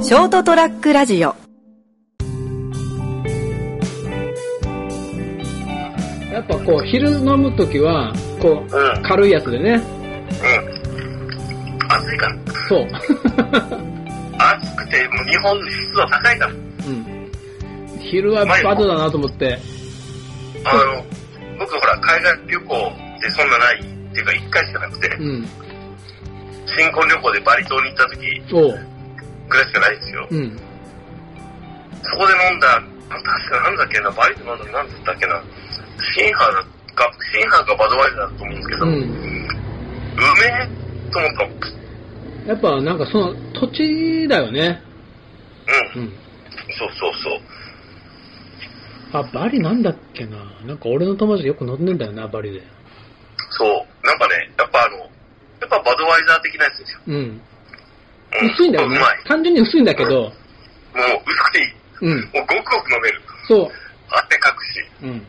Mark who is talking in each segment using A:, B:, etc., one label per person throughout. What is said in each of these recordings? A: ショートトラックラジオ
B: やっぱこう、昼飲むときは、こう、
C: うん
B: 軽いやつでね。
C: うん。暑いから。
B: そう。
C: 暑くて、もう日本の湿度高いから。
B: うん。昼はバドだなと思って。
C: あの、僕ほら、海外旅行ってそんなない。っていうか、一回しかなくて
B: う、ん。
C: 新婚旅行でバリ島に行った時
B: おう。
C: ぐらいしかないですよ。
B: うん。
C: そこで飲んだ、確かなんだっけな、バリで飲んだのなんだっけな、シンハーだか、シンハーかバドワイザーだと思うんですけど、
B: う
C: うめ
B: ん。
C: えと思ったもん。うん。
B: やっぱなんかその土地だよね。うん。
C: そうそうそう。
B: あ、バリなんだっけな。なんか俺の友達よく飲んでんだよな、バリで。
C: そう。なんかね、やっぱあの、やっぱバドワイザー的なやつですよ。
B: うん。
C: うん、
B: 薄いんだよね
C: うまい。。
B: 単純に薄いんだけど。
C: もう薄くていい。
B: うん。
C: もうごくごく飲める。
B: そ
C: 汗かくし、
B: う。うん。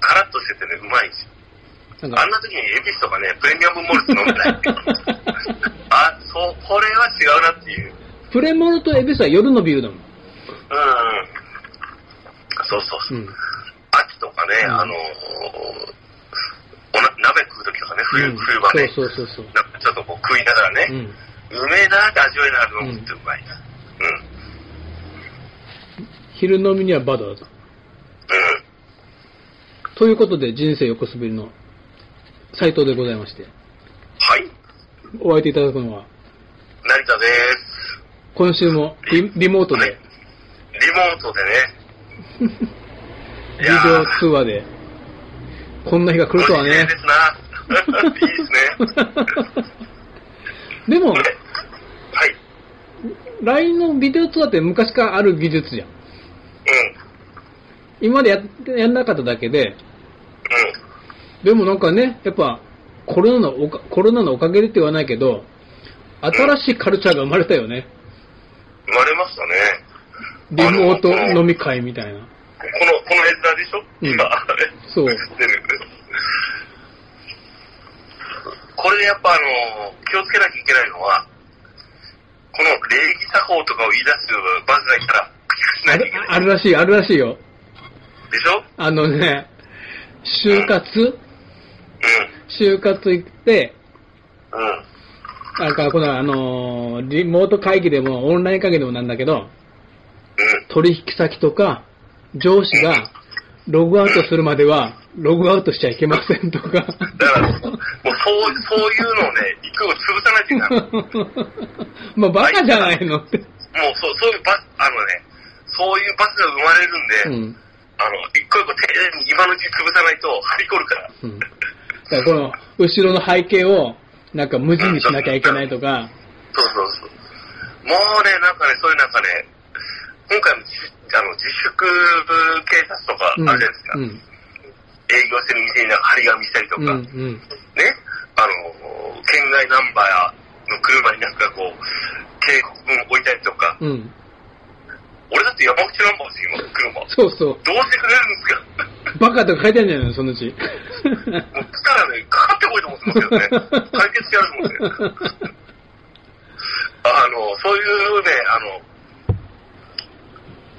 C: カラッとしててね、うまいんですよ。
B: なん
C: あ
B: か
C: ん、な時にエビスとかね、プレミアムモルツ飲めない。あ、そう、これは違うなっていう。
B: プレモルとエビスは夜のビールだもん。
C: うん。そうそうそうう。
B: ん。
C: 秋とかね、
B: うん
C: あのーおな、鍋食う時とかね、冬、
B: うん
C: 冬はね、
B: そうそうそうそう。
C: なんかちょっとこう食いながら
B: う
C: ね、
B: ん。
C: うめえなーって味わいながら飲むってうまいな。うん。うん。
B: 昼飲みにはバドだと。ということで、人生横滑りの斉藤でございまして、
C: はい。
B: お相手いただくのは、
C: 成田です。
B: 今週もリリモートで、
C: リモートでね、い
B: ビデ
C: やー
B: オ通話で、こんな日が来るとは
C: ご時世
B: ね
C: で。すな。 いいですね。
B: でも、
C: はい。
B: LINE のビデオ通話って昔からある技術じゃん。
C: うん。
B: 今までやってやんなかっただけで、
C: うん。
B: でもなんかね、やっぱコロナのおか、コロナのおかげでって言わないけど、新しいカルチャーが生まれたよね。
C: 生まれましたね。
B: リモート飲み会みたいな。
C: この、この絵面でしょ、
B: うん
C: 今、あれ。
B: そう
C: 映ってる。これでやっぱあの、気をつけなきゃいけないのは、この礼儀作法とかを言い出すバズがいたら、しな
B: あ
C: いとい
B: る
C: けな
B: あ
C: い。
B: るらしい、あるらしいよ。
C: でしょ
B: あのね、就活
C: う
B: 就活行って、
C: ん。うん。
B: なんかこの、あのーリモート会議でもオンライン会議でもなんだけど、
C: うん。
B: 取引先とか、上司がログアウトするまでは、ログアウトしちゃいけませんとか。
C: だから、もうそう、そういうのをね、肉を潰さないといけない。
B: まあ、バカじゃないのって。
C: もうそう、そういうバス、あのね、そういうバスが生まれるんで、
B: うん。
C: あの、一個一個丁寧に今のうちに潰さないと、はりこるから。
B: うん。だからこの、後ろの背景を、なんか無地にしなきゃいけないとか、
C: そうそうそう。もうね、なんかね、そういうなんかね、今回もじあの自粛警察とかあ
B: う
C: る
B: ん。
C: じゃないですか。
B: うん。
C: 営業してる店になんか張り紙したりと
B: う
C: か、
B: ん。うん。
C: ね、あの、県外ナンバーの車になんかこう、警告文置いたりとか、
B: うん。
C: 俺だって山口ナンバーですよ、今の車。
B: そうそう。
C: どうしてくれるんですか
B: バカとか書いてあるんじゃないのそのうち。
C: もう来たらね、かかってこいと思ってますけどね。解決してやると思って。あの、そういうね、あの、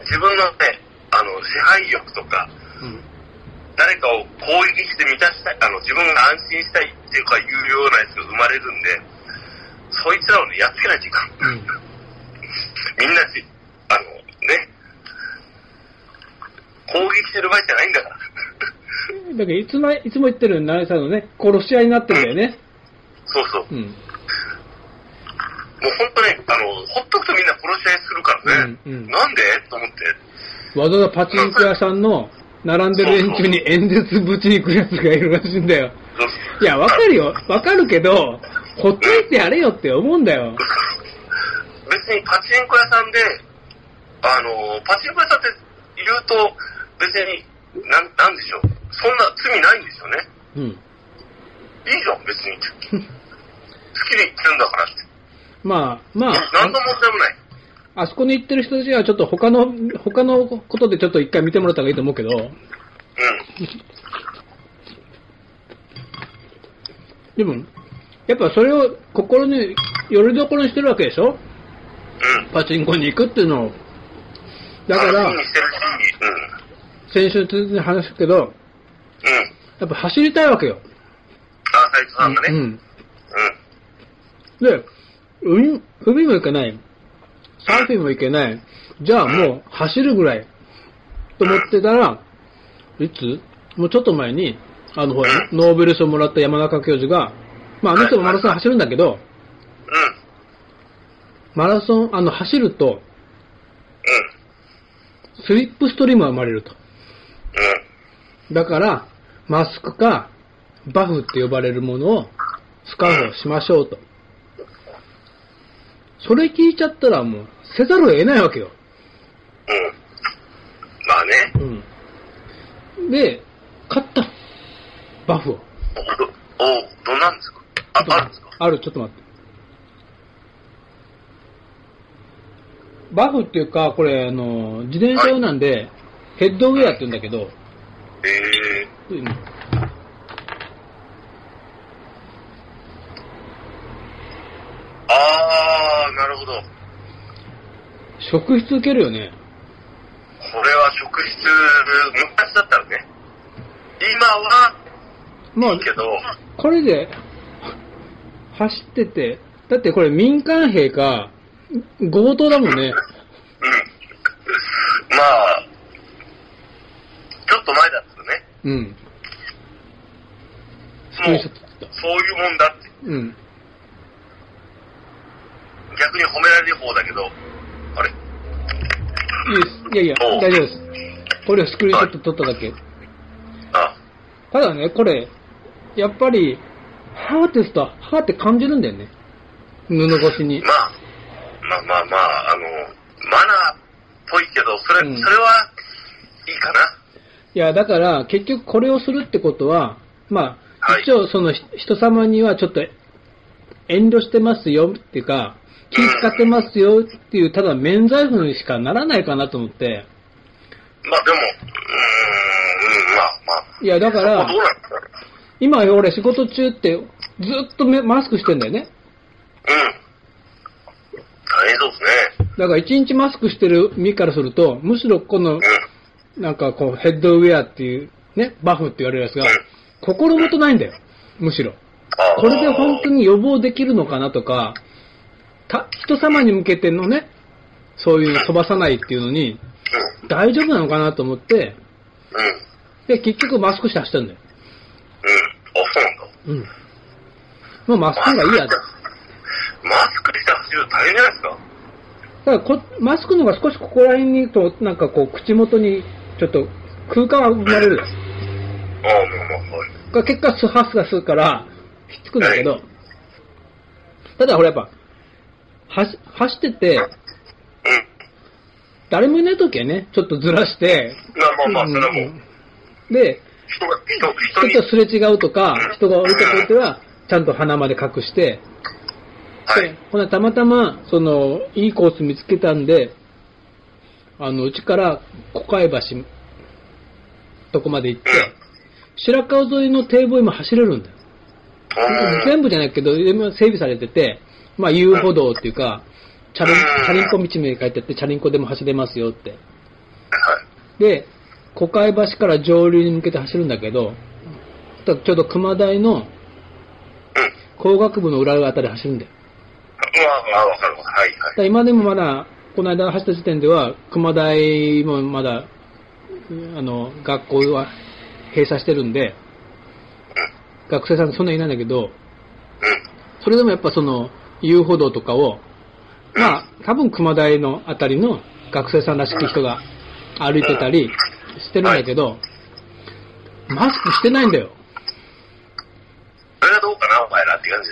C: 自分のね、あの、支配欲とか、
B: うん
C: 誰かを攻撃して満たしたい、あの、自分が安心したいっていうか、いうようなやつが生まれるんで、そいつらをね、やっつけないといかん。
B: う ん
C: みんなし、あの、ね、攻撃してる場合じゃないんだから。
B: だけどいつも、いつも言ってるように、奈良さんのね、殺し合いになってるんだよね。
C: そうそう。
B: うん。
C: もう本当ね、あの、ほっとくとみんな殺し合いするからね。
B: うんうん
C: なんでと思って。
B: わざわざパチンコ屋さんの、並んでる連中に演説ぶちに来るやつがいるらしいんだよ。
C: そう
B: いや、わかるよ。わかるけど、ほっといてやれよって思うんだよ。
C: 別にパチンコ屋さんで、あの、パチンコ屋さんって言うと、別に、なん、なんでしょう。そんな罪ないんですよね。
B: うん。
C: いいじゃん、別に。好きで言ってるんだからって。
B: まあ、まあ、
C: 何の問題もない。
B: ああそこに行ってる人たちはちょっと他の、他のことでちょっと一回見てもらった方がいいと思うけど、
C: うん。
B: でも、やっぱそれを心に、よりどころにしてるわけでしょ
C: うん。
B: パチンコに行くっていうのを。だか
C: 楽
B: ら
C: しみに、してるし、
B: 先週続いて話したけど、
C: うん。う
B: や
C: ん。
B: っぱ走りたいわけよ。
C: あ、斎藤さんがね。
B: う
C: うん。
B: ん。で、海、海も行けない。サーフィンも行けない。じゃあもう走るぐらい。と思ってたら、いつもうちょっと前に、あの、ほら、ノーベル賞もらった山中教授が、まああの人もマラソン走るんだけど、
C: うん。
B: マラソン、あの、走ると、
C: うん。
B: スリップストリームが生まれると。
C: うん。
B: だから、マスクか、バフって呼ばれるものを、スカーフをしましょうと。それ聞いちゃったらもう、せざるを得ないわけよ。
C: うん。まあね。
B: うん。で、買った。バフを。
C: どお、どんなんですかあ、あるんですか
B: ある、ちょっと待って。バフっていうか、これ、あの、自転車用なんで、ヘッドウェアって言うんだけど、
C: ええ
B: うん
C: あー、なるほど。
B: 職質受けるよね。
C: これは職質、昔だったらね。今は、
B: まあ
C: いい、けど、
B: これで、走ってて、だってこれ民間兵か、強盗だもんね。
C: うん。まあ、ちょっと前だったらね、
B: うん。スク
C: も
B: リー
C: う
B: ンショット撮った。
C: そういうもんだって、
B: うん。
C: 逆に褒められる方だけど、あれ
B: いいです。いやいや、大丈夫です。これをスクリーンショット撮っただけ。
C: あ、
B: ただね、これ、やっぱり、はーってした、はーって感じるんだよね。布越しに。
C: まあ、まあまあまあ、あの、マナーっぽいけど、それ、
B: うん
C: それはいいかな。
B: いや、だから、結局これをするってことは、まあ
C: は、い
B: 一応そのひ人様にはちょっと遠慮してますよっていうか、気使ってますよっていう、ただ免罪符にしかならないかなと思って、
C: まあでも、うーん、うんまあまあ。
B: いや、だか
C: そこどう
B: ら、
C: なんですかね。
B: 今俺仕事中ってずっとめマスクしてんだよね。
C: うん。大変そうですね。
B: だから一日マスクしてる身からすると、むしろこの
C: うん。
B: なんかこう、ヘッドウェアっていう、ね、バフって言われるやつが
C: うん、
B: 心もとないんだよ。むしろ。
C: あー
B: これで本当に予防できるのかなとか、た、人様に向けてのね、そういうの飛ばさないっていうのに、大丈夫なのかなと思って、
C: うん。うん。
B: で、結局マスクして走ったんだよ。
C: うん。あ、そうなんだ。
B: うん。まあマスクがいいやと。
C: マスクして走るの大変じゃないですか。
B: だからこ、マスクの方が少しここら辺にと、なんかこう、口元に、ちょっと空間が生まれる。
C: ああ、まあまあ、はい。
B: が結果、スハスがするから、ひっつくんだけど、ただ、ほらやっぱ、はし走ってて、
C: うん。
B: 誰もいないときはね、ちょっとずらして、
C: まあまあまあ、それはも
B: う、
C: うん
B: で、
C: 人が、人、人に
B: 人、とすれ違うとか、人が降りてくるときは、ちゃんと鼻まで隠して、
C: はい。
B: でほな、たまたま、その、いいコース見つけたんで、あの、うちから、小海橋、とこまで行って、白川沿いの堤防今走れるんだよ。
C: うん。
B: 全部じゃないけど、でも整備されてて、まあ、遊歩道っていうか、チャリン、チャリンコ道に書いてあって、チャリンコでも走れますよって。
C: はい。
B: で、小海橋から上流に向けて走るんだけど、ちょうど熊台の
C: うん。
B: 工学部の裏側あたり走るんだよ。
C: まあまあ、わかるわ。はいは
B: だ
C: い。
B: から今でもまだ、この間走った時点では、熊台もまだ、うんあの、学校は閉鎖してるんで、学生さんそんなにいないんだけど、
C: うん。
B: それでもやっぱその遊歩道とかを、まあ、多分熊台のあたりの学生さんらしき人が歩いてたりしてるんだけど、マスクしてないんだよ。
C: それがどうかな、お前らって感じ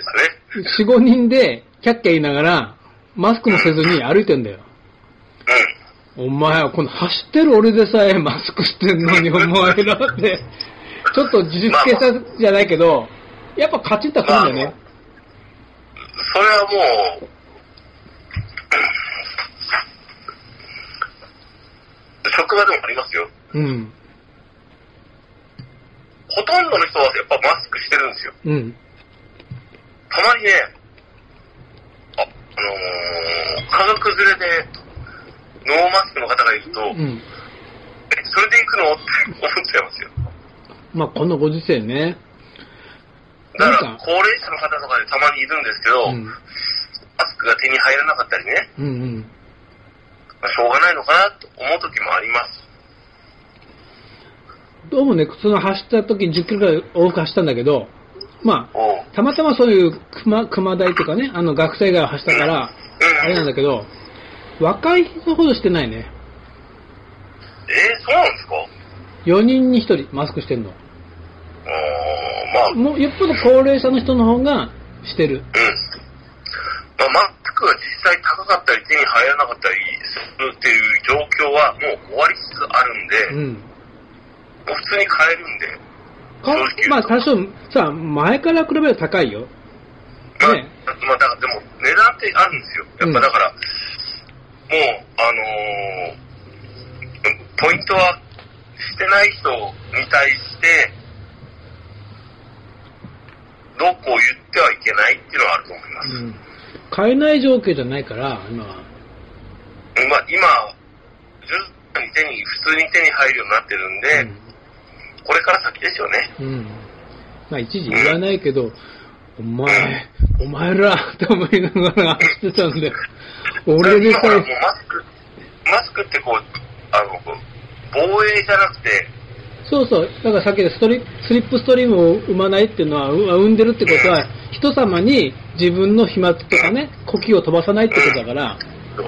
C: ですね。
B: 4、5人でキャッキャ言いながら、マスクもせずに歩いてんだよ。お前はこの走ってる俺でさえマスクしてんのにお前らって、ちょっと自主警察じゃないけど、やっぱカチッとくるんだよね。
C: うん。それはもう、職場でもありますよ。
B: うん。
C: ほとんどの人はやっぱマスクしてるんですよ。
B: うん。
C: たまにね、あ、あのー、家族連れで、ノーマスクの方がいると、
B: う
C: え
B: ん。
C: それで行くのって思っちゃいますよ。
B: まあ、このご時世ね。
C: だか
B: なん
C: ら、
B: か
C: 高齢者の方とかでたまにいるんですけど、
B: うん。
C: マスクが手に入らなかったりね、
B: うんうん。
C: まあしょうがないのかなと思う時もあります。
B: どうもね、その走った時に10キロぐらい往復走ったんだけど、まあ、
C: おう
B: たまたまそういう熊、熊台とかね、あの学生街を走ったから、
C: うん、
B: あれなんだけど、若い人ほどしてないね。
C: えーそうなんですか
B: 4人に1人マスクしてんの。
C: おーま
B: も
C: あ、
B: う、よっぽど高齢者の人の方がしてる。
C: うん。まあ、マスクが実際高かったり手に入らなかったりするっていう状況はもう終わりつつあるんで、
B: うん。
C: もう普通に買えるんで、
B: かまあ、多少、さ、前から比べると高いよ。
C: まあ、
B: ね
C: まあ、だからでも値段ってあるんですよ。やっぱだから、もう、あのーポイントはしてない人に対して、どうこう言ってはいけないっていうのはあると思います
B: う。ん。買えない状況じゃないから、今は。
C: まあ、今、徐々に手に、普通に手に入るようになってるんで、これから先ですよね。
B: うん。うん。まあ、一時言わないけど、お前、お前らって思いながら走ってたんだよ。俺でさ
C: 今ほらもうマスク、マスクってこう、あの、こう防衛じゃなくて、
B: そうそう。だからさっきのストリスリップストリームを生まないっていうのは、う生んでるってことは、人様に自分の飛沫とかね、呼吸を飛ばさないってことだから、
C: そう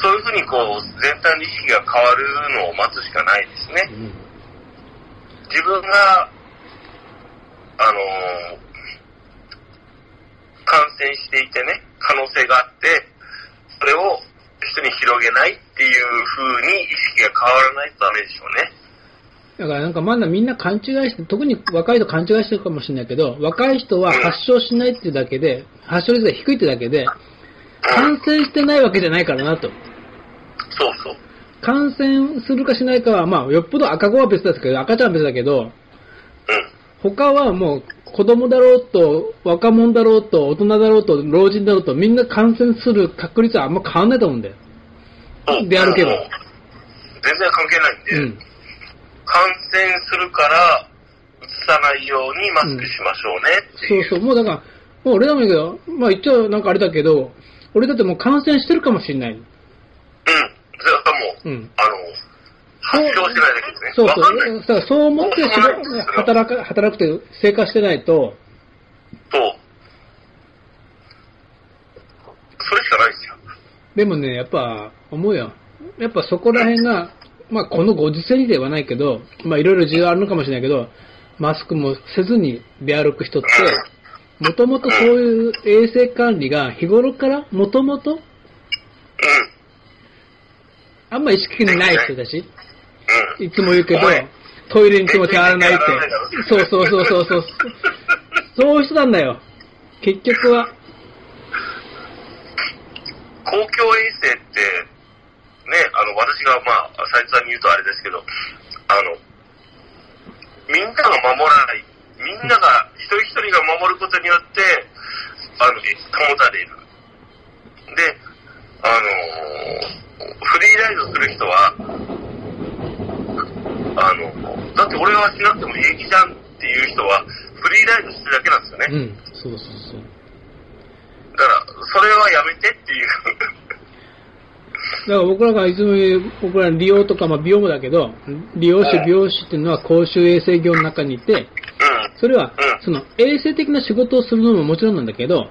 C: そういうふうにこう、全体の意識が変わるのを待つしかないです
B: う
C: ね。
B: ん。
C: 自分が、あのー感染していてね、可能性があって、それを人に広げないっていうふうに意識が変わらないとダメでしょうね。
B: だからなんかまだみんな勘違いして、特に若い人勘違いしてるかもしれないけど、若い人は発症しないっていうだけで、発症率が低いってだけで、
C: うん
B: 感染してないわけじゃないからなと。
C: そうそう。
B: 感染するかしないかは、まあ、よっぽど赤子は別ですけど、赤ちゃんは別だけど、
C: うん。
B: 他はもう子供だろうと、若者だろうと、大人だろうと、老人だろうと、みんな感染する確率はあんま変わんないと思うんだよ。
C: そう
B: であるけど
C: もう全然関係ないんで、
B: うん。
C: 感染するから、うつさないようにマスクしましょうねって
B: そ
C: いうう。
B: そう、もうだから、もう俺らもいいけど、まあ一応なんかあれだけど、俺だってもう感染してるかもしれない。
C: うん。それはもう、
B: うん。
C: あの、発症してないだけですね。
B: そう
C: わ
B: そ
C: かん
B: う。
C: ない。
B: だからそう思って
C: わ
B: し
C: かんないですよ
B: ば働か、働くて生活してないと、
C: そう。それしかないですよ。
B: でもね、やっぱ思うよ。やっぱそこら辺が、まあこのご時世にではないけど、まあいろいろ需要あるのかもしれないけど、マスクもせずに出歩く人って、もともとそういう衛生管理が日頃からもともと
C: うん。
B: あんま意識にない人だし、
C: うん。
B: いつも言うけど
C: お前、
B: トイレに行っても手洗わないって。そうそうそうそうそう。そういう人なんだよ。結局は。
C: 公共衛生って、ね、あの、私が、まあ、斉藤さんに言うとあれですけど、あの、みんなが守らない、みんなが、一人一人が守ることによって、あの、保たれる。で、あのーフリーライドする人は、あの、だって俺はしなくても平気じゃんっていう人は、フリーライドしてるだけなんですよね
B: う。ん。そうそうそう。
C: だから、それはやめてっていう。
B: だから僕らがいつも言う、僕らの利用とか、まあ美容もだけど、利用士、美容師っていうのは公衆衛生業の中にいて、
C: うん。
B: それは
C: うん、
B: その衛生的な仕事をするのももちろんなんだけど、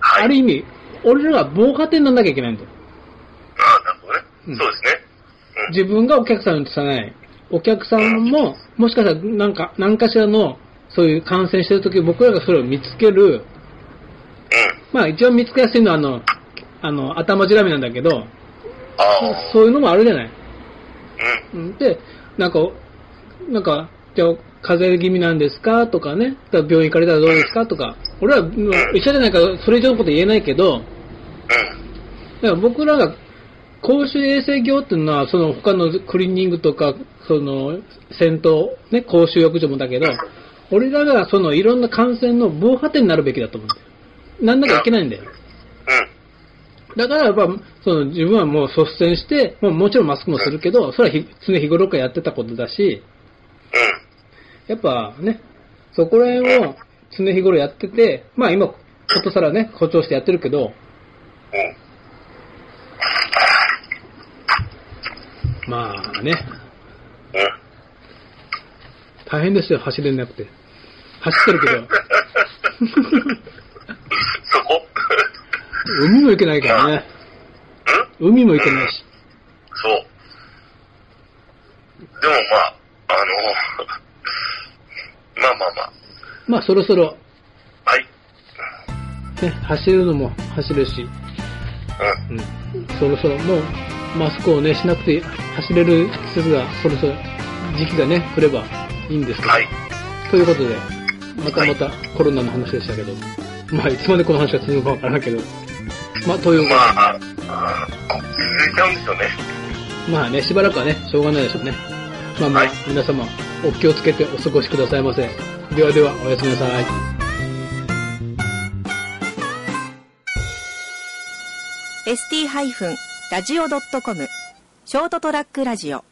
C: はい。
B: ある意味、俺らは防波堤になんなきゃいけないんだよ。
C: ああ、なるほどね。
B: うん
C: そうですね。うん。
B: 自分がお客さんに移さない。お客さんも、もしかしたらなんか、何かしらの、そういう感染してるとき、僕らがそれを見つける。
C: うん。
B: まあ一番見つけやすいのは、あの、あの、頭じらみなんだけど、
C: ああ。
B: そういうのもあるじゃない。
C: うん。
B: うんで、なんか、なんか、じゃあ、風邪気味なんですかとかね、だから病院行かれたらどうですかとか、俺はうん医者じゃないからそれ以上のこと言えないけど、
C: うん。
B: だから僕らが公衆衛生業っていうのは、その他のクリーニングとか、その、戦闘、ね、公衆浴場もだけど、俺らがそのいろんな感染の防波堤になるべきだと思うんだよ。なんなきゃいけないんだよ。
C: うん。
B: だからやっぱ、その自分はもう率先して、もうもちろんマスクもするけど、それはひ常日頃からやってたことだし、
C: うん。
B: やっぱね、そこら辺を常日頃やってて、まあ今、ことさらね、誇張してやってるけど、
C: うん。
B: まあね、
C: うん。
B: 大変でしたよ、走れなくて。走ってるけど、
C: そこ
B: 海も行けないからね。
C: うん
B: 海も行けないし。
C: そう。でもまあ、あの、 まあまあま
B: まあそろそろ、
C: あ、はい。
B: ね、走るのも走るし、
C: うん。
B: うん、そろそろもうマスクをね、しなくて走れる季節が、そろそろ時期がね、来ればいいんですけど。
C: はい。
B: ということで、またまたコロナの話でしたけど、まあいつまでこの話が続くかわからないけど、まあという
C: ま
B: か、
C: あ、あ続いちゃうんですよね。
B: まあね、しばらくはね、しょうがないでしょうね。まあまあ、
C: はい
B: 皆様、お気をつけてお過ごしくださいませ。ではでは、おやすみなさい。
A: ST-radio.com ショートトラックラジオ